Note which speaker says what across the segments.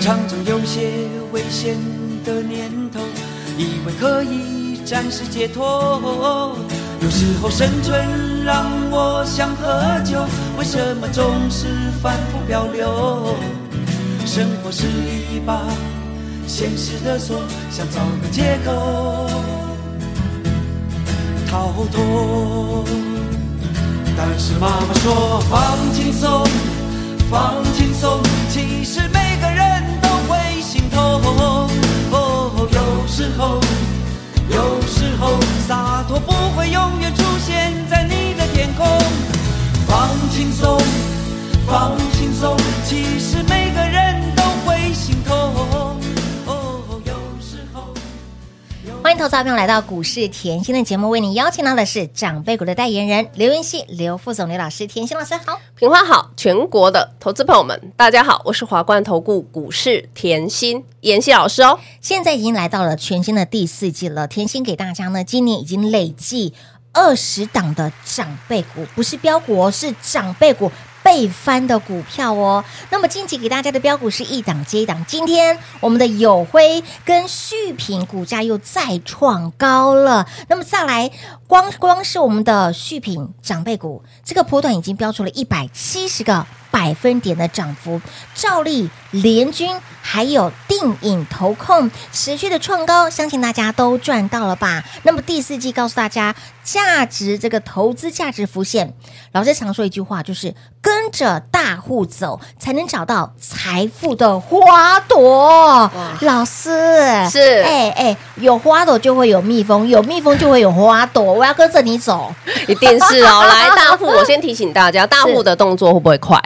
Speaker 1: 常常有些危险的念头，以为可以暂时解脱。有时候生存让我想喝酒，为什么总是反复漂流？生活是一把现实的锁，想找个借口逃脱。但是妈妈说放轻松，放轻松，其实每个人都会心痛。哦，有时候，有时候洒脱不会永远出现在你的天空。放轻松，放轻松，其实每个人都会心痛。哦，有时候。
Speaker 2: 欢迎投资者朋友来到股市甜心的节目，为您邀请到的是长辈股的代言人刘云熙、刘副总、刘老师、甜心老师，好。
Speaker 3: 平花好，全国的投资朋友们，大家好，我是华冠投顾股市甜心妍希 老师哦。
Speaker 2: 现在已经来到了全新的第四季了，甜心给大家呢，今年已经累计二十档的长辈股，不是标股哦，是长辈股。倍翻的股票哦，那么近期给大家的标股是一档接一档。今天我们的友辉跟旭品股价又再创高了，那么再来，光光是我们的旭品长辈股，这个波段已经标出了一百七十个百分点的涨幅，照例联军还有定影投控持续的创高，相信大家都赚到了吧？那么第四季告诉大家，价值这个投资价值浮现，老师常说一句话，就是跟着大户走，才能找到财富的花朵。老师
Speaker 3: 是
Speaker 2: 哎哎，有花朵就会有蜜蜂，有蜜蜂就会有花朵，我要跟着你走，
Speaker 3: 一定是 哦，来大户，我先提醒大家，大户的动作会不会快？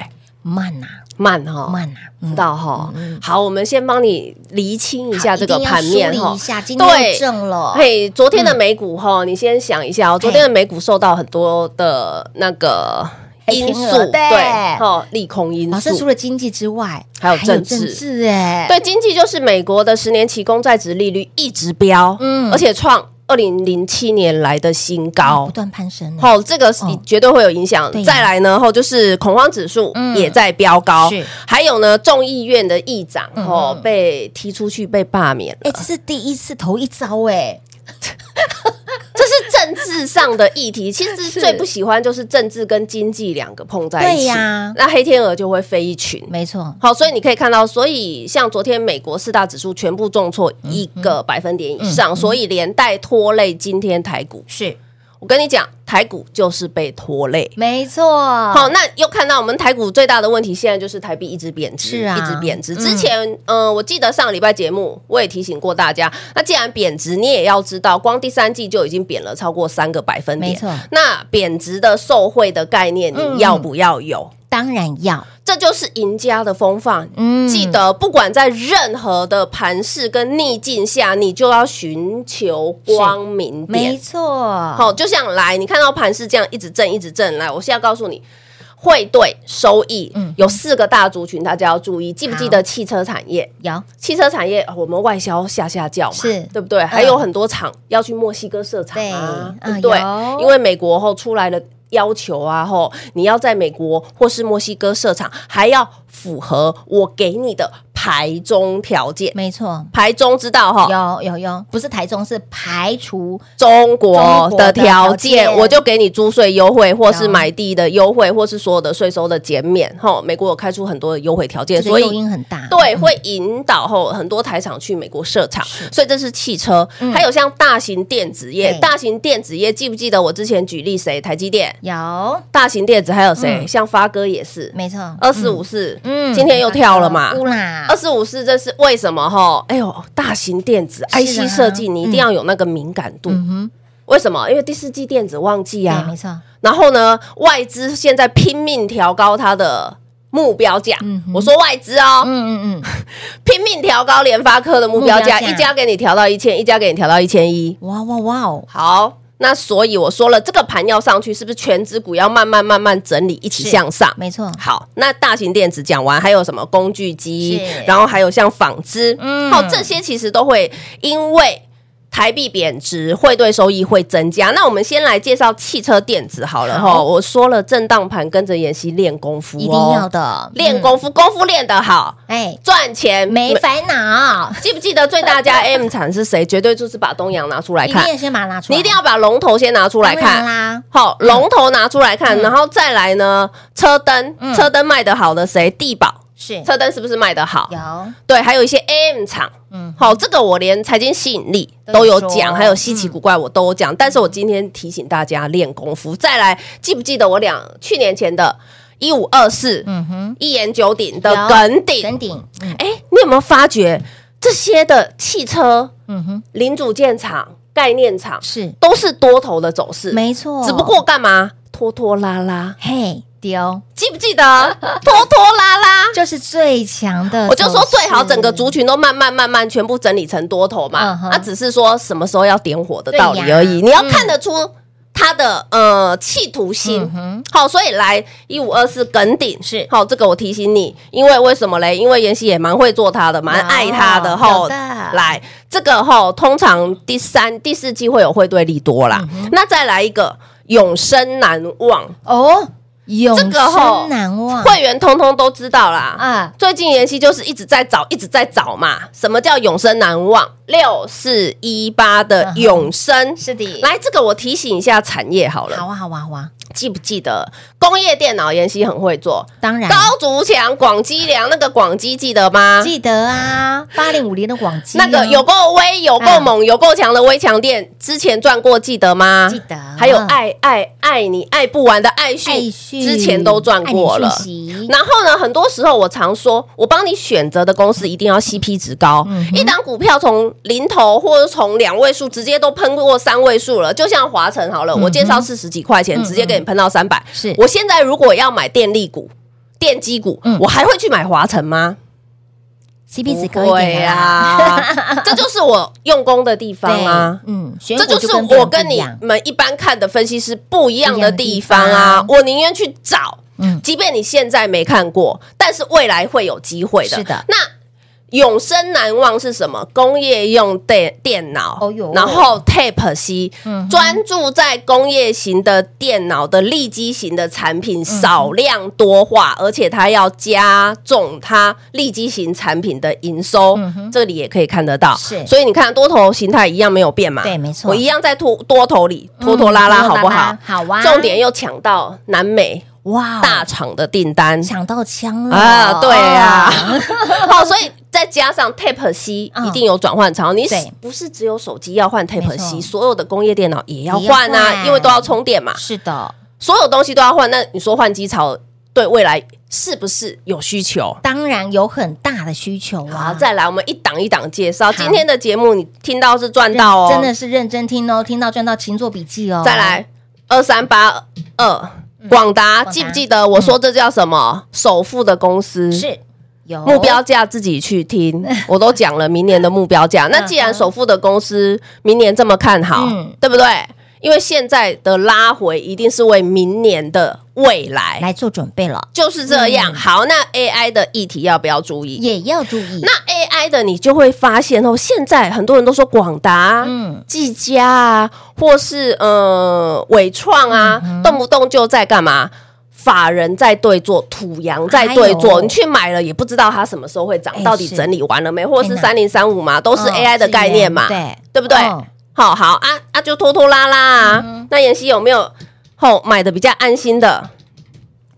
Speaker 2: 慢呐、
Speaker 3: 慢哈、哦，
Speaker 2: 慢呐、嗯
Speaker 3: 知道哈、好，我们先帮你厘清一下
Speaker 2: 好
Speaker 3: 这个
Speaker 2: 一定要
Speaker 3: 盘面
Speaker 2: 梳理
Speaker 3: 哈
Speaker 2: 一。下今天又
Speaker 3: 对
Speaker 2: 正了，
Speaker 3: 嘿，昨天的美股哈、
Speaker 2: 嗯
Speaker 3: 你先想一下哦，昨天的美股受到很多的那个
Speaker 2: 哎
Speaker 3: 因
Speaker 2: 天
Speaker 3: 素
Speaker 2: 鹅，对
Speaker 3: 哈，利空因
Speaker 2: 老师除
Speaker 3: 素。
Speaker 2: 了经济之外，
Speaker 3: 还有政治
Speaker 2: 政治哎，
Speaker 3: 对，经济就是美国的十年期公债值利率一直飙，
Speaker 2: 嗯
Speaker 3: 而且创二零零七年来的新高
Speaker 2: 不。断攀升哦，
Speaker 3: 好、这个是
Speaker 2: 哦
Speaker 3: 绝对会有影响。
Speaker 2: 对呀
Speaker 3: 再来呢，后就是恐慌指数
Speaker 2: 嗯
Speaker 3: 也在飙高，
Speaker 2: 是
Speaker 3: 还有呢，众议院的议长哦、
Speaker 2: 嗯
Speaker 3: 被踢出去，被罢免
Speaker 2: 哎，
Speaker 3: 了。
Speaker 2: 这是第一次头一遭哎，
Speaker 3: 这是政治上的 议题，其
Speaker 2: 是
Speaker 3: 实最不喜欢就是政治跟经济两个碰在一起，
Speaker 2: 对呀
Speaker 3: 那黑天鹅就会飞一群。
Speaker 2: 没错，
Speaker 3: 好，所以你可以看到，所以像昨天美国四大指数全部重挫一
Speaker 2: 嗯
Speaker 3: 个百分点以上，所以连带拖累今天台股。
Speaker 2: 是
Speaker 3: 我跟你讲，台股就是被拖累。
Speaker 2: 没错，
Speaker 3: 好，那又看到我们台股最大的问题，现在就是台币一直贬值，
Speaker 2: 是啊
Speaker 3: 一直贬值。
Speaker 2: 嗯
Speaker 3: 之前，嗯、呃，我记得上礼拜节目我也提醒过大家，那既然贬值，你也要知道，光第三季就已经贬了超过三个百分点。
Speaker 2: 没错
Speaker 3: 那贬值的受惠的概念，
Speaker 2: 嗯
Speaker 3: 你要不要有？
Speaker 2: 当然要，
Speaker 3: 这就是赢家的风范。
Speaker 2: 嗯
Speaker 3: 记得不管在任何的盘势跟逆境下，你就要寻求光明
Speaker 2: 没
Speaker 3: 点。
Speaker 2: 错，
Speaker 3: 好，就像来，你看到盘势这样一直震一直震，来，我现在告诉你。汇兑收益，
Speaker 2: 嗯
Speaker 3: 有四个大族群，大家要注意。记不记
Speaker 2: 好
Speaker 3: 得汽车产业？
Speaker 2: 有
Speaker 3: 汽车产业，呃我们外销下下叫嘛，
Speaker 2: 是嗯
Speaker 3: 对不对？还有很多厂要去墨西哥设厂啊，
Speaker 2: 对
Speaker 3: 对
Speaker 2: 嗯
Speaker 3: 不对
Speaker 2: 有？
Speaker 3: 因为美国后出来了要求啊，后你要在美国或是墨西哥设厂，还要符合我给你的排中条件。
Speaker 2: 没错，
Speaker 3: 排中知道哈，
Speaker 2: 有有有，不是台中是排除，
Speaker 3: 中国
Speaker 2: 中国的
Speaker 3: 的条
Speaker 2: 条
Speaker 3: 件，
Speaker 2: 件
Speaker 3: 我就给你租税优惠，或是
Speaker 2: 有
Speaker 3: 买地的优惠，或是所有的税收的减免。哈，美国有开出很多的优惠条件，
Speaker 2: 这
Speaker 3: 所
Speaker 2: 个诱
Speaker 3: 以
Speaker 2: 因很大，
Speaker 3: 对，
Speaker 2: 嗯
Speaker 3: 会引导后很多台厂去美国设厂，所以这是汽车，还有像大型电子业
Speaker 2: 嗯对，
Speaker 3: 大型电子业记不记得我之前举例谁？台积电，
Speaker 2: 嗯有，
Speaker 3: 大型电子还有谁？
Speaker 2: 嗯
Speaker 3: 像发哥也是，
Speaker 2: 没错，
Speaker 3: 二四五四，
Speaker 2: 嗯，嗯，
Speaker 3: 今天又跳了嘛。
Speaker 2: 乌啦
Speaker 3: 二，四五四，这是为什么哈？哎呦，大型电子
Speaker 2: 是啊
Speaker 3: IC 设计，你一定要有那个敏感度。
Speaker 2: 嗯哼，
Speaker 3: 为什么？因为第四季电子旺季
Speaker 2: 对，
Speaker 3: 啊
Speaker 2: 没。错，
Speaker 3: 然后呢，外资现在拼命调高它的目标价。
Speaker 2: 嗯哼
Speaker 3: 我说外资哦，
Speaker 2: 嗯嗯嗯，
Speaker 3: 拼命调高联发科的目标价，
Speaker 2: 目标价
Speaker 3: 一家给你调到一千，一家给你调到一千一。
Speaker 2: 哇哇哇哦，
Speaker 3: 好，那所以我说了，这个盘要上去，是不是全指股要慢慢慢慢整理，一起
Speaker 2: 是
Speaker 3: 向上？
Speaker 2: 没错，
Speaker 3: 好，那大型电子讲完，还有什么工具机
Speaker 2: 是，
Speaker 3: 然后还有像纺织，
Speaker 2: 嗯
Speaker 3: 好，这些其实都会因为。台币贬值，汇兑收益会增加。那我们先来介绍汽车电子好了哈。
Speaker 2: 好
Speaker 3: 我说了，震荡盘跟着妍希练功夫、哦，
Speaker 2: 一定要的，
Speaker 3: 练
Speaker 2: 嗯，
Speaker 3: 功夫，功夫练得好，
Speaker 2: 哎，
Speaker 3: 赚钱
Speaker 2: 没烦恼，
Speaker 3: 记不记得最大家 M 产是谁？绝对就是把东阳拿出来
Speaker 2: 一定
Speaker 3: 看，
Speaker 2: 也先把它拿出来，
Speaker 3: 你一定要把龙头先拿出来
Speaker 2: 当然
Speaker 3: 看。
Speaker 2: 啦，
Speaker 3: 好，龙头拿出来看，然后再来呢，车灯
Speaker 2: 嗯，哦
Speaker 3: 车灯卖得好的谁？地保，
Speaker 2: 是
Speaker 3: 车灯是不是卖得好？
Speaker 2: 有，
Speaker 3: 对，还有一些 AM 厂，
Speaker 2: 嗯
Speaker 3: 嗯，好，这个我连财经吸引力
Speaker 2: 都
Speaker 3: 都
Speaker 2: 有
Speaker 3: 有
Speaker 2: 说哦嗯
Speaker 3: 讲，还有稀奇古怪我都有讲，但是我今天提醒大家练功夫。再来，记不记得我两去年前的一五二四，
Speaker 2: 嗯哼，
Speaker 3: 一言九鼎的
Speaker 2: 有
Speaker 3: 梗鼎，
Speaker 2: 整顶，嗯
Speaker 3: 哎，你有没有发觉这些的汽车
Speaker 2: 嗯哼，
Speaker 3: 零组件厂、概念厂
Speaker 2: 是，
Speaker 3: 都是多头的走势？
Speaker 2: 没错，
Speaker 3: 只不过干嘛拖拖拉拉？
Speaker 2: 嘿，丢
Speaker 3: 记不 记得拖拖拉拉？
Speaker 2: 就是最强的走势，
Speaker 3: 我就说最好整个族群都慢慢慢慢全部整理成多头嘛，
Speaker 2: 嗯哼
Speaker 3: 啊，只是说什么时候要点火的道理而
Speaker 2: 对
Speaker 3: 已，你
Speaker 2: 呀
Speaker 3: 要看得出它的、呃企图心
Speaker 2: 嗯。哼，
Speaker 3: 好，所以来一五二四梗顶
Speaker 2: 是
Speaker 3: 好，这个我提醒你，因为为什么嘞？因为妍希也蛮会做它的，蛮爱它的
Speaker 2: 有啊
Speaker 3: 吼。
Speaker 2: 有的
Speaker 3: 来，这个吼，通常第三、第四季会有汇兑利多啦。
Speaker 2: 嗯
Speaker 3: 那再来一个永生难忘，
Speaker 2: 哦，永
Speaker 3: 这个吼
Speaker 2: 生难忘，
Speaker 3: 会员通通都知道啦。
Speaker 2: 啊，
Speaker 3: 最近妍希就是一直在找，一直在找嘛。什么叫永生难忘？六四一八的永生。
Speaker 2: 嗯是的，
Speaker 3: 来，这个我提醒一下产业好了，
Speaker 2: 好啊，好啊，好啊，
Speaker 3: 记不记得工业电脑？妍希很会做，
Speaker 2: 当然，
Speaker 3: 高竹强、广积粮那个广积记得吗？
Speaker 2: 记得啊，八零五零的广基，啊
Speaker 3: 那个有够威、有够猛、有够强的微强电，之前赚过，记得吗？
Speaker 2: 嗯记得
Speaker 3: 还有爱爱爱你爱不完的爱讯，
Speaker 2: 爱讯，
Speaker 3: 之前都赚过了
Speaker 2: 爱。你讯息
Speaker 3: 然后呢，很多时候我常说，我帮你选择的公司一定要 CP 值高。
Speaker 2: 嗯
Speaker 3: 一档股票从零头或者从两位数直接都喷过三位数了，就像华晨好
Speaker 2: 嗯
Speaker 3: 了，我介绍四十几块钱，直接给你喷到三百。
Speaker 2: 是
Speaker 3: 我现在如果要买电力股、电机股
Speaker 2: 嗯，
Speaker 3: 我还会去买华晨吗？
Speaker 2: CP 值高一点的啦，
Speaker 3: 啊，这就是我用功的地方啊。
Speaker 2: 对，嗯，选
Speaker 3: 这
Speaker 2: 股
Speaker 3: 就是
Speaker 2: 别人
Speaker 3: 我跟
Speaker 2: 不一
Speaker 3: 你
Speaker 2: 样
Speaker 3: 们一般看的分析师不一样的地方
Speaker 2: 不一样的
Speaker 3: 啊！
Speaker 2: 地
Speaker 3: 我宁愿去找，
Speaker 2: 嗯
Speaker 3: 即便你现在没看过，但是未来会有机会的。
Speaker 2: 是的
Speaker 3: 那永生难忘是什么？工业用电电脑，
Speaker 2: 哦哟
Speaker 3: 然后 Tape C，、
Speaker 2: 嗯
Speaker 3: 专注在工业型的电脑的立基型的产品
Speaker 2: 嗯
Speaker 3: 少量多化，而且它要加重它立基型产品的营收，
Speaker 2: 嗯哼
Speaker 3: 这里也可以看得到。
Speaker 2: 是
Speaker 3: 所以你看多头形态一样没有变嘛？
Speaker 2: 对没错
Speaker 3: 我一样在拖多头里拖拖拉拉，
Speaker 2: 嗯
Speaker 3: 好不好？
Speaker 2: 好啊，
Speaker 3: 重点又抢到南美
Speaker 2: 哇，
Speaker 3: 大厂的订单
Speaker 2: 抢到枪了
Speaker 3: 啊，对呀、 好，所以再加上 Type C
Speaker 2: 嗯
Speaker 3: 一定有转换潮，你
Speaker 2: 对
Speaker 3: 不是只有手机要换 Type
Speaker 2: 没错
Speaker 3: C，所有的工业电脑也要
Speaker 2: 也要
Speaker 3: 换啊，
Speaker 2: 换
Speaker 3: 因为都要充电嘛，
Speaker 2: 是的，
Speaker 3: 所有东西都要换。那你说换机潮对未来是不是有需求？
Speaker 2: 当然有很大的需求
Speaker 3: 好，
Speaker 2: 啊，
Speaker 3: 再来我们一档一档介
Speaker 2: 好
Speaker 3: 绍。今天的节目你听到是赚到哦，
Speaker 2: 真的是认真听哦，听到赚到，勤做笔记哦。嗯
Speaker 3: 再来二三八二广达，
Speaker 2: 达
Speaker 3: 记不记得我说这叫什么？首富的公司
Speaker 2: 是有
Speaker 3: 目标价自己去听， 我都讲了明年的目标价。那既
Speaker 2: 嗯
Speaker 3: 然首富的公司明年这么看好
Speaker 2: 嗯，
Speaker 3: 对不对？因为现在的拉回一定是为明年的未来，
Speaker 2: 来做准备了，
Speaker 3: 就是这样。好，那 AI 的议题要不要注意？
Speaker 2: 也要注意。
Speaker 3: 那 AI 的你就会发现哦，现在很多人都说广达、
Speaker 2: 嗯
Speaker 3: 嗯、技嘉啊，或是呃伟创啊，
Speaker 2: 嗯
Speaker 3: 动不动就在干嘛？法人在对坐，土洋在对
Speaker 2: 哎
Speaker 3: 坐，
Speaker 2: 呦
Speaker 3: 你去买了也不知道它什么时候会涨
Speaker 2: 哎，
Speaker 3: 到底
Speaker 2: 是
Speaker 3: 整理完了没，或者是
Speaker 2: 天
Speaker 3: 三零三五嘛，都是
Speaker 2: 嗯
Speaker 3: AI 的概念嘛，
Speaker 2: 资源
Speaker 3: 对不对？
Speaker 2: 嗯
Speaker 3: 好好啊啊，就拖拖拉拉啊。那妍希有没有后买的比较安心的，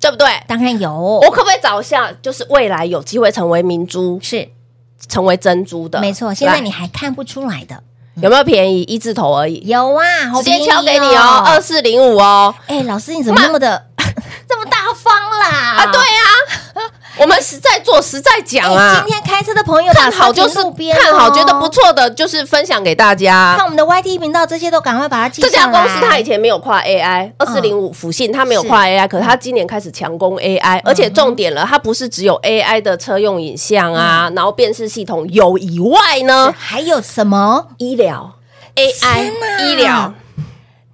Speaker 3: 对不对？
Speaker 2: 当然有，
Speaker 3: 我可不可以找一下，就是未来有机会成为明珠？
Speaker 2: 是
Speaker 3: 成为珍珠的。
Speaker 2: 没错。现在
Speaker 3: 来
Speaker 2: 你还看不出来的，
Speaker 3: 有没有便宜？一字头而已，
Speaker 2: 有啊，好
Speaker 3: 直接
Speaker 2: 便宜
Speaker 3: 敲给你哦，二四零五哦。
Speaker 2: 哎，老师你怎么那么的这么大方啦？
Speaker 3: 啊，对啊，我们实在做实在讲
Speaker 2: 哎
Speaker 3: 啊
Speaker 2: 今，天开车的朋友
Speaker 3: 看好
Speaker 2: 把车
Speaker 3: 就
Speaker 2: 停
Speaker 3: 是
Speaker 2: 路边哦
Speaker 3: 看好觉得不，错的，就是分享给大家
Speaker 2: 看。我们的啊 YT 频道这些都赶快把它记
Speaker 3: 这家
Speaker 2: 上来
Speaker 3: 公司它以前没有跨
Speaker 2: 嗯
Speaker 3: AI，二四零五辅信它没有跨 AI，可它今年开始强攻
Speaker 2: 嗯
Speaker 3: AI，而且重点了，它不是只有 AI 的车用影像
Speaker 2: 嗯
Speaker 3: 啊，然后辨识系统有以外呢，
Speaker 2: 还有什么？
Speaker 3: 医疗 AI 医疗，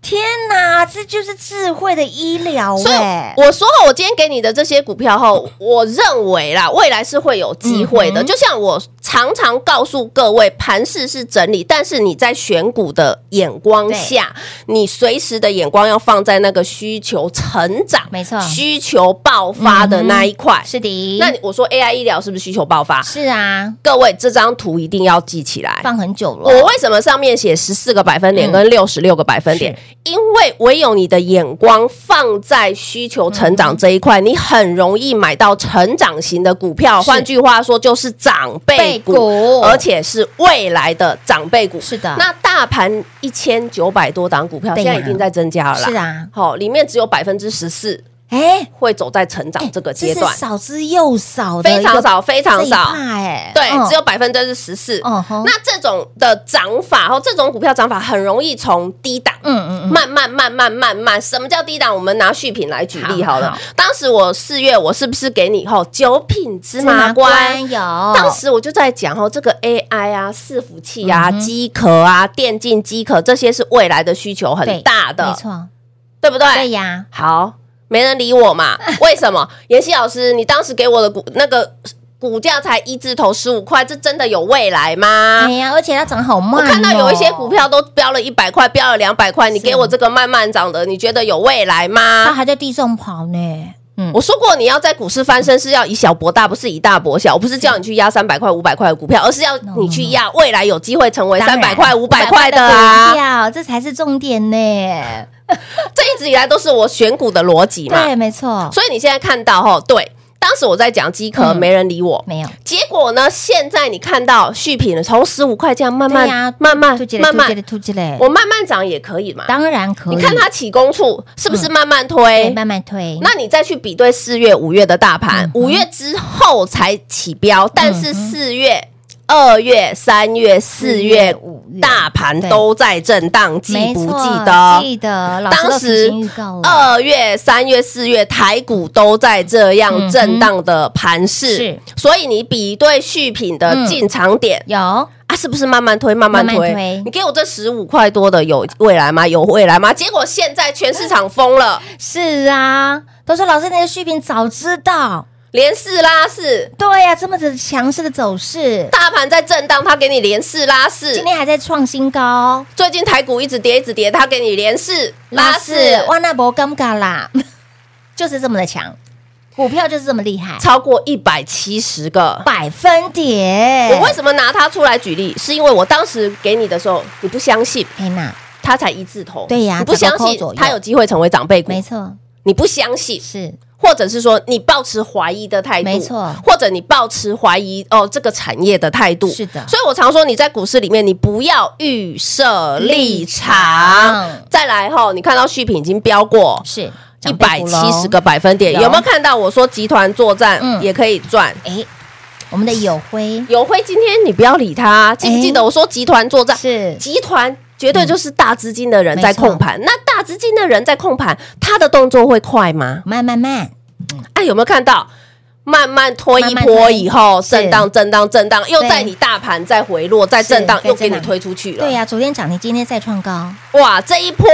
Speaker 2: 天哪，这就是智慧的医疗
Speaker 3: 所以
Speaker 2: 哎！
Speaker 3: 我说了，我今天给你的这些股票后，我认为啦，未来是会有机会
Speaker 2: 嗯
Speaker 3: 的。就像我常常告诉各位，盘势是整理，但是你在选股的眼光下，你随时的眼光要放在那个需求成长、
Speaker 2: 没错嗯
Speaker 3: 需求爆发的那一块。
Speaker 2: 是的，
Speaker 3: 那你我说 AI 医疗是不是需求爆发？
Speaker 2: 是啊，
Speaker 3: 各位，这张图一定要记起来。
Speaker 2: 放很久了，
Speaker 3: 我为什么上面写十四个百分
Speaker 2: 嗯
Speaker 3: 点跟六十六个百分点？因为唯有你的眼光放在需求成长这一块，你很容易买到成长型的股票。换句话说，就是长辈
Speaker 2: 辈
Speaker 3: 股
Speaker 2: 股，
Speaker 3: 而且是未来的长辈股。
Speaker 2: 是的
Speaker 3: 那大盘一千九百多档股票，
Speaker 2: 对
Speaker 3: 现
Speaker 2: 呀
Speaker 3: 在已经在增加了啦。
Speaker 2: 是啊，
Speaker 3: 好，里面只有百分之十四
Speaker 2: 哎，
Speaker 3: 会走在成长这个阶
Speaker 2: 这
Speaker 3: 段
Speaker 2: 是，少之又少的一
Speaker 3: 非
Speaker 2: 个，
Speaker 3: 常少，非常少。
Speaker 2: 哎，
Speaker 3: 对，
Speaker 2: 嗯
Speaker 3: 只有百分之十四。
Speaker 2: 嗯哼
Speaker 3: 那这种的涨法，哦，这种股票涨法很容易从低档。
Speaker 2: 嗯嗯嗯，
Speaker 3: 慢慢慢慢慢慢，什么叫低档？我们拿续品来举例
Speaker 2: 好
Speaker 3: 好了。
Speaker 2: 好
Speaker 3: 当时我四月，我是不是给你吼九品芝麻官？
Speaker 2: 有，
Speaker 3: 当时我就在讲哦，这个 AI 啊、伺服器啊、机壳啊、电竞机壳，这些是未来的需求
Speaker 2: 对
Speaker 3: 很大的，
Speaker 2: 没错，
Speaker 3: 对不对？
Speaker 2: 对呀，
Speaker 3: 好，没人理我嘛？为什么？妍希老师，你当时给我的股那个股价才一字头十五块，这真的有未来吗
Speaker 2: 哎？呀，而且它涨好慢
Speaker 3: 啊我
Speaker 2: 哦，
Speaker 3: 看到有一些股票都标了一百块，标了两百块，你
Speaker 2: 是
Speaker 3: 给我这个慢慢涨的，你觉得有未来
Speaker 2: 它
Speaker 3: 吗？
Speaker 2: 还在地上跑呢，嗯，
Speaker 3: 啊我说过，你要在股市翻身是要以小博大，不是以大博小。我不是叫你去压三百块、五百块的股票，而是要
Speaker 2: no,
Speaker 3: 你去压未来有机会成为
Speaker 2: 当
Speaker 3: 三
Speaker 2: 然
Speaker 3: 百块、五百
Speaker 2: 500
Speaker 3: 块的
Speaker 2: 股
Speaker 3: 啊！
Speaker 2: 票，这才是重点呢。
Speaker 3: 这一直以来都是我选股的逻辑嘛。
Speaker 2: 对，没错，
Speaker 3: 所以你现在看到哈，对，当时我在讲机壳，
Speaker 2: 嗯
Speaker 3: 没人理我。
Speaker 2: 没有
Speaker 3: 结果呢，现在你看到续品了，从十五块这样慢慢、
Speaker 2: 对呀
Speaker 3: 慢慢
Speaker 2: 突击嘞，
Speaker 3: 慢
Speaker 2: 突击嘞，
Speaker 3: 慢，
Speaker 2: 突击嘞，
Speaker 3: 我慢慢涨也可以嘛。
Speaker 2: 当然可以。
Speaker 3: 你看它起攻处是不是慢慢
Speaker 2: 哦嗯对
Speaker 3: 推？
Speaker 2: 慢慢推，嗯
Speaker 3: 那你再去比对四月、五月的大盘，五、月之后才起标，但是四月、二月、三月、四月、
Speaker 2: 五
Speaker 3: 大盘
Speaker 2: 对
Speaker 3: 都在震荡，记
Speaker 2: 没
Speaker 3: 不
Speaker 2: 错
Speaker 3: 记得？
Speaker 2: 记得，老师
Speaker 3: 当
Speaker 2: 都提
Speaker 3: 时
Speaker 2: 前预告了，
Speaker 3: 二月、三月、四月台股都在这样震荡的盘
Speaker 2: 嗯
Speaker 3: 势
Speaker 2: 是，
Speaker 3: 所以你比对续品的进场点
Speaker 2: 有
Speaker 3: 啊，是不是慢慢推、慢慢
Speaker 2: 慢慢
Speaker 3: 推
Speaker 2: 推？
Speaker 3: 你给我这十五块多的有未来吗？有未来吗？结果现在全市场疯了，
Speaker 2: 是啊，都说老师那个续品早知道，
Speaker 3: 连四拉四，
Speaker 2: 对呀，这么的强势的走势，
Speaker 3: 大盘在震荡，它给你连四拉四
Speaker 2: 今。天还在创新高，
Speaker 3: 最近台股一直跌，一直跌，它给你连四拉四，
Speaker 2: 哇，那不尴尬啦， 就是这么的强，股票就是这么厉害，
Speaker 3: 超过一百七十个。
Speaker 2: 百分点，
Speaker 3: 我为什么拿它出来举例？是因为我当时给你的时候，你不相信。
Speaker 2: 哎那
Speaker 3: 它才一字头，
Speaker 2: 对呀
Speaker 3: 你不相
Speaker 2: 9%
Speaker 3: 信
Speaker 2: 左右
Speaker 3: 它有机会成为长辈股
Speaker 2: 没，错，
Speaker 3: 你不相信，
Speaker 2: 是
Speaker 3: 或者是说你抱持怀疑的态度，
Speaker 2: 没错
Speaker 3: 或者你抱持怀疑哦这个产业的态度，
Speaker 2: 是的
Speaker 3: 所以我常说你在股市里面，你不要预设
Speaker 2: 立
Speaker 3: 立场。
Speaker 2: 场
Speaker 3: 再来哈、你看到续品已经飙过
Speaker 2: 是
Speaker 3: 一
Speaker 2: 长辈
Speaker 3: 百
Speaker 2: 股
Speaker 3: 七
Speaker 2: 咯
Speaker 3: 十个百分点，
Speaker 2: 有
Speaker 3: 有没有看到我说集团作战
Speaker 2: 嗯
Speaker 3: 也可以赚？
Speaker 2: 哎，我们的友辉
Speaker 3: 友辉今天你不要理他，记不记得我说集团作战？
Speaker 2: 是嗯
Speaker 3: 集团绝对就是大资金的人在控盘。那大资金的人在控盘，他的动作会快吗？
Speaker 2: 慢慢慢，
Speaker 3: 哎、有没有看到？慢慢拖一
Speaker 2: 慢慢
Speaker 3: 波
Speaker 2: 推
Speaker 3: 以后，
Speaker 2: 是
Speaker 3: 震荡、震荡、震荡，又
Speaker 2: 对
Speaker 3: 在你大盘再回落、再震荡，
Speaker 2: 再
Speaker 3: 又给你
Speaker 2: 震荡
Speaker 3: 推出去了。
Speaker 2: 对呀，昨天涨停，今天再创高，
Speaker 3: 哇，这一波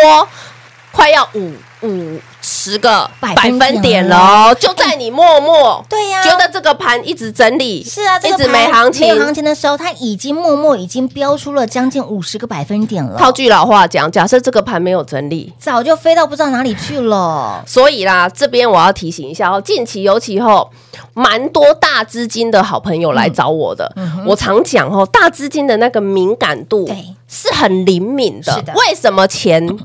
Speaker 3: 快要五五十个
Speaker 2: 百
Speaker 3: 百
Speaker 2: 分
Speaker 3: 分点
Speaker 2: 点
Speaker 3: 了
Speaker 2: 了
Speaker 3: 哦，就在你默默
Speaker 2: 对呀
Speaker 3: 觉得这个盘一直整理，
Speaker 2: 是啊，这
Speaker 3: 一
Speaker 2: 个
Speaker 3: 直
Speaker 2: 盘
Speaker 3: 没行
Speaker 2: 没
Speaker 3: 情，
Speaker 2: 有行情的时候，它已经默默已经标出了将近五十个百分点了，
Speaker 3: 套句老话讲，假设这个盘没有整理，
Speaker 2: 早就飞到不知道哪里去了。
Speaker 3: 哦所以啦，这边我要提醒一下哦，近期尤其吼，蛮多大资金的好朋友来找我的。我常讲哦，大资金的那个敏感度
Speaker 2: 对
Speaker 3: 是很灵敏的。
Speaker 2: 是的
Speaker 3: 为什么钱？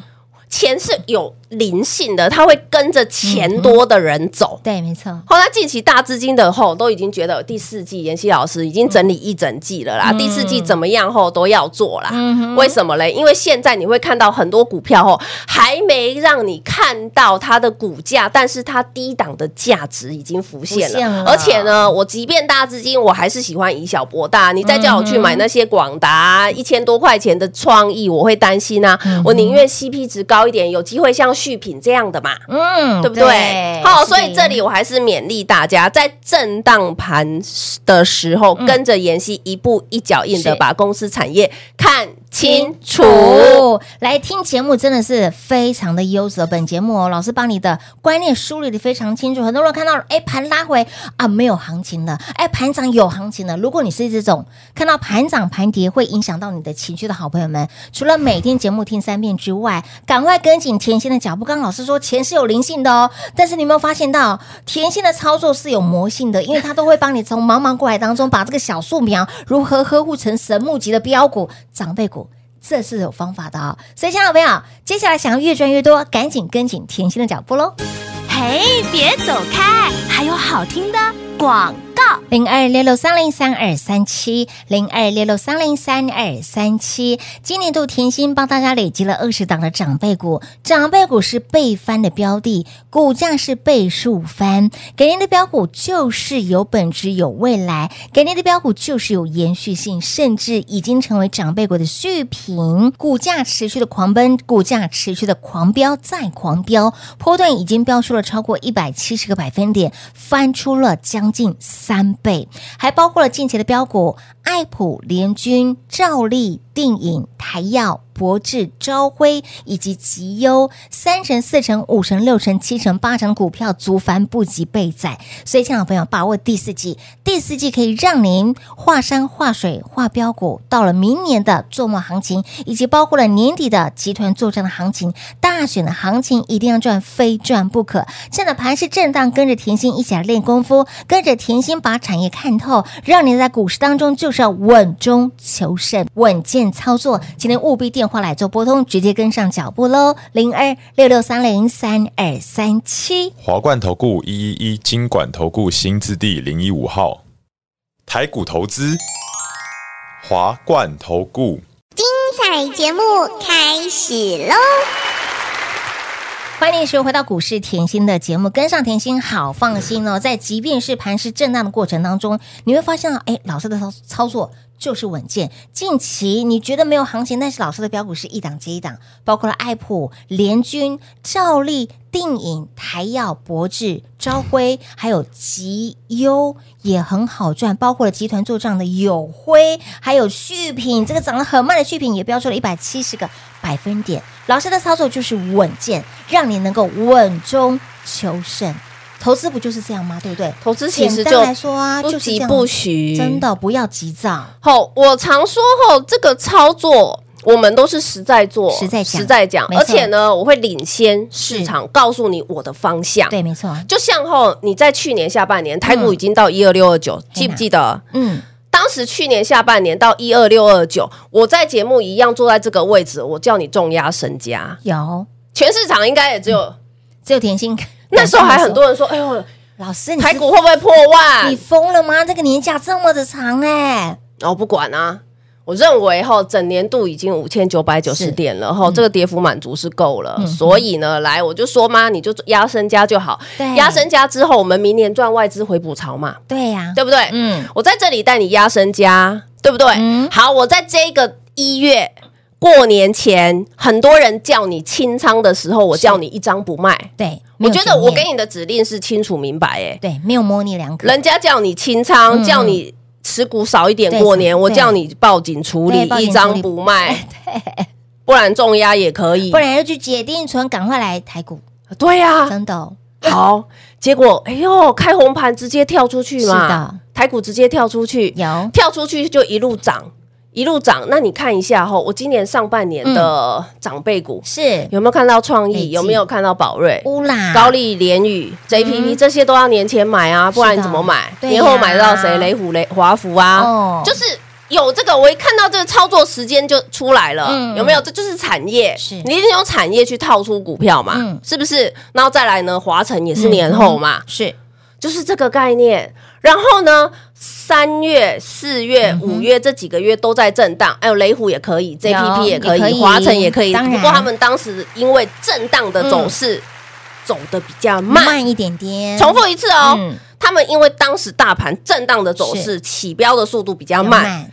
Speaker 3: 钱是有灵性的，它会跟着钱多的人走。
Speaker 2: 对，没错，
Speaker 3: 后来近期大资金的后都已经觉得第四季妍希老师已经整理一整季了
Speaker 2: 嗯
Speaker 3: 啦，第四季怎么样后都要做啦。为什么嘞？因为现在你会看到很多股票后还没让你看到它的股价，但是它低档的价值已经浮现
Speaker 2: 浮
Speaker 3: 了。
Speaker 2: 现了
Speaker 3: 而且呢，我即便大资金，我还是喜欢以小博大。你再叫我去买那些广达一千多块钱的创意，我会担心啊。
Speaker 2: 嗯
Speaker 3: 我宁愿 CP 值高一点，有机会像续品这样的嘛。
Speaker 2: 嗯，
Speaker 3: 对不对？好，
Speaker 2: 是
Speaker 3: 所以这里我还是勉励大家，在震荡盘的时候，
Speaker 2: 嗯
Speaker 3: 跟着妍希一步一脚印的
Speaker 2: 是
Speaker 3: 把公司产业看清楚。
Speaker 2: 楚。来听节目真的是非常的优质哦，本节目哦，老师帮你的观念梳理的非常清楚。很多人看到哎盘拉回啊没有行情了，哎盘涨有行情了。如果你是这种看到盘涨盘跌会影响到你的情绪的好朋友们，除了每天节目听三遍之外，赶快跟紧甜心的脚步。刚刚老师说钱是有灵性的哦，但是你有没有发现到甜心的操作是有魔性的，因为它都会帮你从茫茫过来当中把这个小树苗如何呵护成神木级的标股、长辈股。这是有方法的哦。所以，亲爱的朋友，接下来想要越赚越多，赶紧跟紧甜心的脚步喽。
Speaker 4: 嘿，别走开，还有好听的广告。
Speaker 2: 零二六六三零三二三七，零二六六三零三二三七。今年度甜心帮大家累积了二十档的长辈股，长辈股是倍翻的标的，股价是倍数翻。给您的标股就是有本质、有未来，给您的标股就是有延续性，甚至已经成为长辈股的续品，股价持续的狂奔，股价持续的狂飙再狂飙，波段已经飙出了超过一百七十个百分点，翻出了将近三倍，还包括了近期的标股爱普、联军、兆利、定影、台药。博智、朝晖以及吉优三成、四成、五成、六成、七成、八成股票足繁不及被宰，所以，亲爱的朋友，把握第四季，第四季可以让您画山画水画标股，到了明年的做梦行情，以及包括了年底的集团作战的行情、大选的行情，一定要赚，非赚不可。现在盘是震荡，跟着甜心一起来练功夫，跟着甜心把产业看透，让你在股市当中就是要稳中求胜，稳健操作。今天务必电话来做拨通，直接跟上脚步喽，零二六六三零三二三七。
Speaker 5: 华冠投顾一一一金管投顾新字第零一五号，台股投资，华冠投顾。
Speaker 6: 彩节目开始喽！
Speaker 2: 欢迎你，收回到股市甜心的节目，跟上甜心好放心哦。在即便是盘势震荡的过程当中，你会发现啊，哎，老师的操操作就是稳健。近期你觉得没有行情，但是老师的标股是一档接一档，包括了爱普、联军、兆利、定影、台药、博智、朝晖，还有吉优也很好赚，包括了集团做账的友辉，还有续品，这个涨得很慢的续品也标出了一百七十个百分点。老师的操作就是稳健，让你能够稳中求胜。投资不就是这样吗？对不对？
Speaker 3: 投资其
Speaker 2: 简
Speaker 3: 实
Speaker 2: 单
Speaker 3: 就
Speaker 2: 来说啊，
Speaker 3: 不
Speaker 2: 就是这
Speaker 3: 急
Speaker 2: 样
Speaker 3: 不徐，
Speaker 2: 真。的不要急躁。
Speaker 3: 后我常说后这个操作。我们都是实在做，
Speaker 2: 实在讲
Speaker 3: 实在讲，
Speaker 2: 没错
Speaker 3: 而且呢，我会领先市
Speaker 2: 是
Speaker 3: 场，告诉你我的方向。
Speaker 2: 对，没嗯错。
Speaker 3: 就像后你在去年下半年，台股已经到一二六二九，记不记得？
Speaker 2: 嗯，
Speaker 3: 当时去年下半年到一二六二九，我在节目一样坐在这个位置，我叫你重压身家，
Speaker 2: 有，
Speaker 3: 全市场应该也只有、
Speaker 2: 嗯只有甜心。
Speaker 3: 那时候还很多人说，哎呦，
Speaker 2: 老师，你是
Speaker 3: 台股会啊不会破万
Speaker 2: 你？疯了吗？这个年假这么的长哎、
Speaker 3: 然后、不管啊。我认为哈，整年度已经五千九百九
Speaker 2: 是嗯
Speaker 3: 十点了哈，这个跌幅满足是够了，所以呢，来我就说嘛，你就压身家就好
Speaker 2: 对，
Speaker 3: 压身家之后，我们明年赚外资回补潮嘛，
Speaker 2: 对呀、
Speaker 3: 对不对？
Speaker 2: 嗯，
Speaker 3: 我在这里带你压身家，对不对？
Speaker 2: 嗯
Speaker 3: 好，我在这个一月过年前，很多人叫你清仓的时候，我叫你一张不卖。
Speaker 2: 对，嗯没有
Speaker 3: 我觉得
Speaker 2: 经
Speaker 3: 我
Speaker 2: 验
Speaker 3: 给你的指令是清楚明白、欸，
Speaker 2: 对没有模棱两可，
Speaker 3: 人家叫你清仓，叫你持股少一点
Speaker 2: 对
Speaker 3: 过年，
Speaker 2: 对
Speaker 3: 我叫你报警处理
Speaker 2: 对，报警
Speaker 3: 一
Speaker 2: 处理
Speaker 3: 张不 卖，不然重压也可以
Speaker 2: 不。然就去解定存，赶快来台股，
Speaker 3: 对呀、
Speaker 2: 真的哦、
Speaker 3: 好，结果哎呦，开红盘直接跳出去
Speaker 2: 是
Speaker 3: 嘛
Speaker 2: 的，
Speaker 3: 台股直接跳出去，
Speaker 2: 有
Speaker 3: 跳出去就一路涨，一路涨。那你看一下哈，我今年上半年的长辈股、
Speaker 2: 是
Speaker 3: 有没有看到创
Speaker 2: 嗯累
Speaker 3: 意？
Speaker 2: 计
Speaker 3: 有没有看到宝瑞、
Speaker 2: 乌啦
Speaker 3: 高丽、联宇、JPP、这些都要年前买啊，不然你怎么买？
Speaker 2: 嗯啊对呀
Speaker 3: 年后买到谁？雷虎、雷华福啊，
Speaker 2: 哦
Speaker 3: 就是有这个，我一看到这个操作时间就出来了，
Speaker 2: 嗯
Speaker 3: 有没有？这就是产业，
Speaker 2: 是
Speaker 3: 你一定用产业去套出股票嘛，
Speaker 2: 嗯
Speaker 3: 是不是？然后再来呢，华晨也是年后嘛，
Speaker 2: 是
Speaker 3: 就是这个概念。然后呢，三月、四月、五月这几个月都在震荡，还有雷虎也可以，JPP 也可
Speaker 2: 嗯也可以
Speaker 3: 以，华晨也可以。
Speaker 2: 当然嗯
Speaker 3: 不过他们当时因为震荡的走势走的比较慢，
Speaker 2: 慢一点点，
Speaker 3: 重复一次哦。
Speaker 2: 嗯
Speaker 3: 他们因为当时大盘震荡的走势，起标的速度比较
Speaker 2: 比较
Speaker 3: 慢，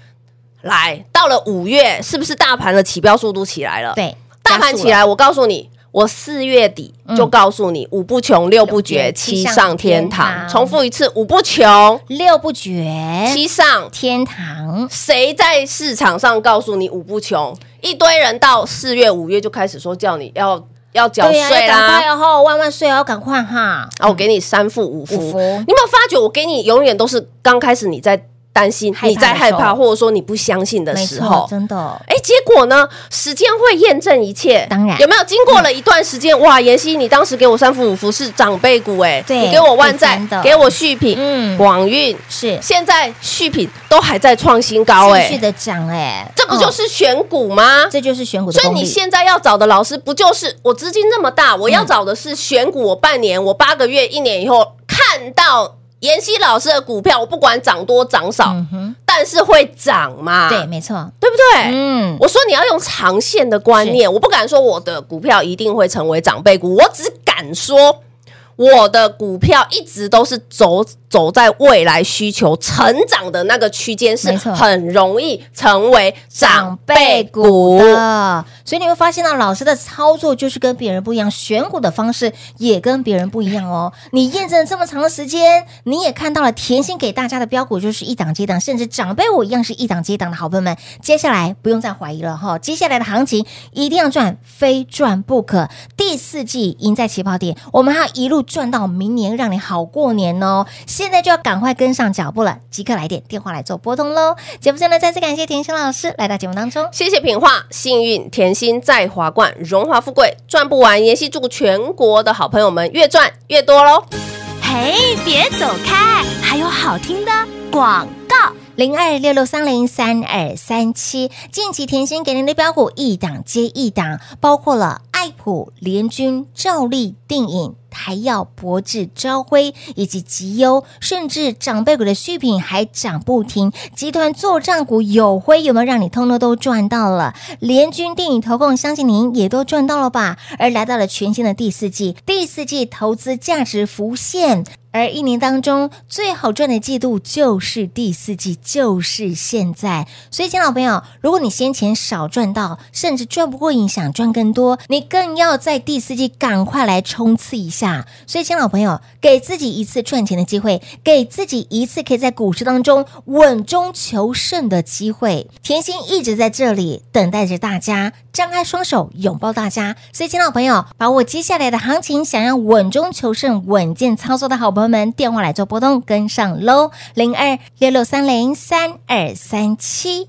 Speaker 3: 来到了五月，是不是大盘的起标速度起来了？，
Speaker 2: 对，
Speaker 3: 大盘
Speaker 2: 加速
Speaker 3: 起
Speaker 2: 了，嗯
Speaker 3: 来，我告诉你，我四月底就告诉你，五不穷，六不
Speaker 2: 六
Speaker 3: 绝，
Speaker 2: 不绝
Speaker 3: 七
Speaker 2: 七
Speaker 3: 上
Speaker 2: 上
Speaker 3: 天
Speaker 2: 天
Speaker 3: 堂。
Speaker 2: 堂哎
Speaker 3: 重复一次，五不穷，
Speaker 2: 六不绝，
Speaker 3: 七上。
Speaker 2: 天堂
Speaker 3: 谁在市场上告诉你五不穷？一堆人到四月、五月就开始说叫你要要缴
Speaker 2: 对呀，
Speaker 3: 税
Speaker 2: 要赶
Speaker 3: 啦。
Speaker 2: 快哦，万万岁哦，赶快哈！
Speaker 3: 啊，我给你三副五副，
Speaker 2: 五
Speaker 3: 你有
Speaker 2: 福
Speaker 3: 没有发觉我给你永远都是刚开始你在担心、
Speaker 2: 害怕的
Speaker 3: 你在害
Speaker 2: 时
Speaker 3: 怕，
Speaker 2: 候
Speaker 3: 或者说你不相信的
Speaker 2: 没
Speaker 3: 时
Speaker 2: 错
Speaker 3: 候，？
Speaker 2: 真的，哦
Speaker 3: 哎，结果呢？时间会验证一切，
Speaker 2: 当然嗯
Speaker 3: 有没有经过了一段时间？哇，妍希，你当时给我三副五福是长辈股，哎，
Speaker 2: 对
Speaker 3: 你给我万载
Speaker 2: 是真的，
Speaker 3: 给我续品，
Speaker 2: 嗯
Speaker 3: 广运，
Speaker 2: 是
Speaker 3: 现在续品都还在创新高，
Speaker 2: 继续
Speaker 3: 哎，
Speaker 2: 的涨，哎，
Speaker 3: 这不就
Speaker 2: 嗯
Speaker 3: 是选股吗？
Speaker 2: 这就是选股的
Speaker 3: 所以
Speaker 2: 功力，嗯
Speaker 3: 你现在要找的老师，不就是我资金这么大，我要找的是选股，我半年、我八个月、一年以后看到妍希老师的股票，我不管涨多涨少，
Speaker 2: 嗯哼，
Speaker 3: 但是会涨嘛，
Speaker 2: 对，没错，
Speaker 3: 对不对？
Speaker 2: 嗯，
Speaker 3: 我说你要用长线的观念，我不敢说我的股票一定会成为长辈股，我只敢说我的股票一直都是走走在未来需求成长的那个区间，是
Speaker 2: 没错
Speaker 3: 很容易成为长
Speaker 2: 长
Speaker 3: 辈
Speaker 2: 辈
Speaker 3: 股。
Speaker 2: 的，所以你会发现到老师的操作就是跟别人不一样，选股的方式也跟别人不一样哦。你验证了这么长的时间，你也看到了甜心给大家的标股就是一档接一档，甚至长辈我一样是一档接一档的好朋友们，接下来不用再怀疑了哈，接下来的行情一定要赚，非赚不可。第四季赢在起跑点，我们还要一路赚到明年，让你好过年哦。现在就要赶快跟上脚步了，即刻来电电话来做拨通喽。节目最后呢，再次感谢甜心老师来到节目当中。
Speaker 3: 谢谢品画，幸运甜心在华冠，荣华富贵赚不完。妍希祝全国的好朋友们越赚越多喽！
Speaker 4: 嘿，别走开，还有好听的广告。
Speaker 2: 零二六六三零三二三七。近期甜心给您的标股一档接一档，包括了爱普、联军、兆利、定影。台药、博智、朝晖以及吉优，甚至长辈股的续品还涨不停。集团做账股有辉有没有让你通通都赚到了？联军、电影、投控，相信您也都赚到了吧？而来到了全新的第四季，第四季投资价值浮现。而一年当中最好赚的季度就是第四季，就是现在。所以，亲爱的朋友，如果你先前少赚到，甚至赚不过瘾，想赚更多，你更要在第四季赶快来冲刺一下。所以，亲爱的朋友，给自己一次赚钱的机会，给自己一次可以在股市当中稳中求胜的机会。甜心一直在这里等待着大家，张开双手拥抱大家。所以，亲爱的朋友，把握接下来的行情，想要稳中求胜、稳健操作的好朋友们，电话来做波动，跟上喽，零二六六三零三二三七。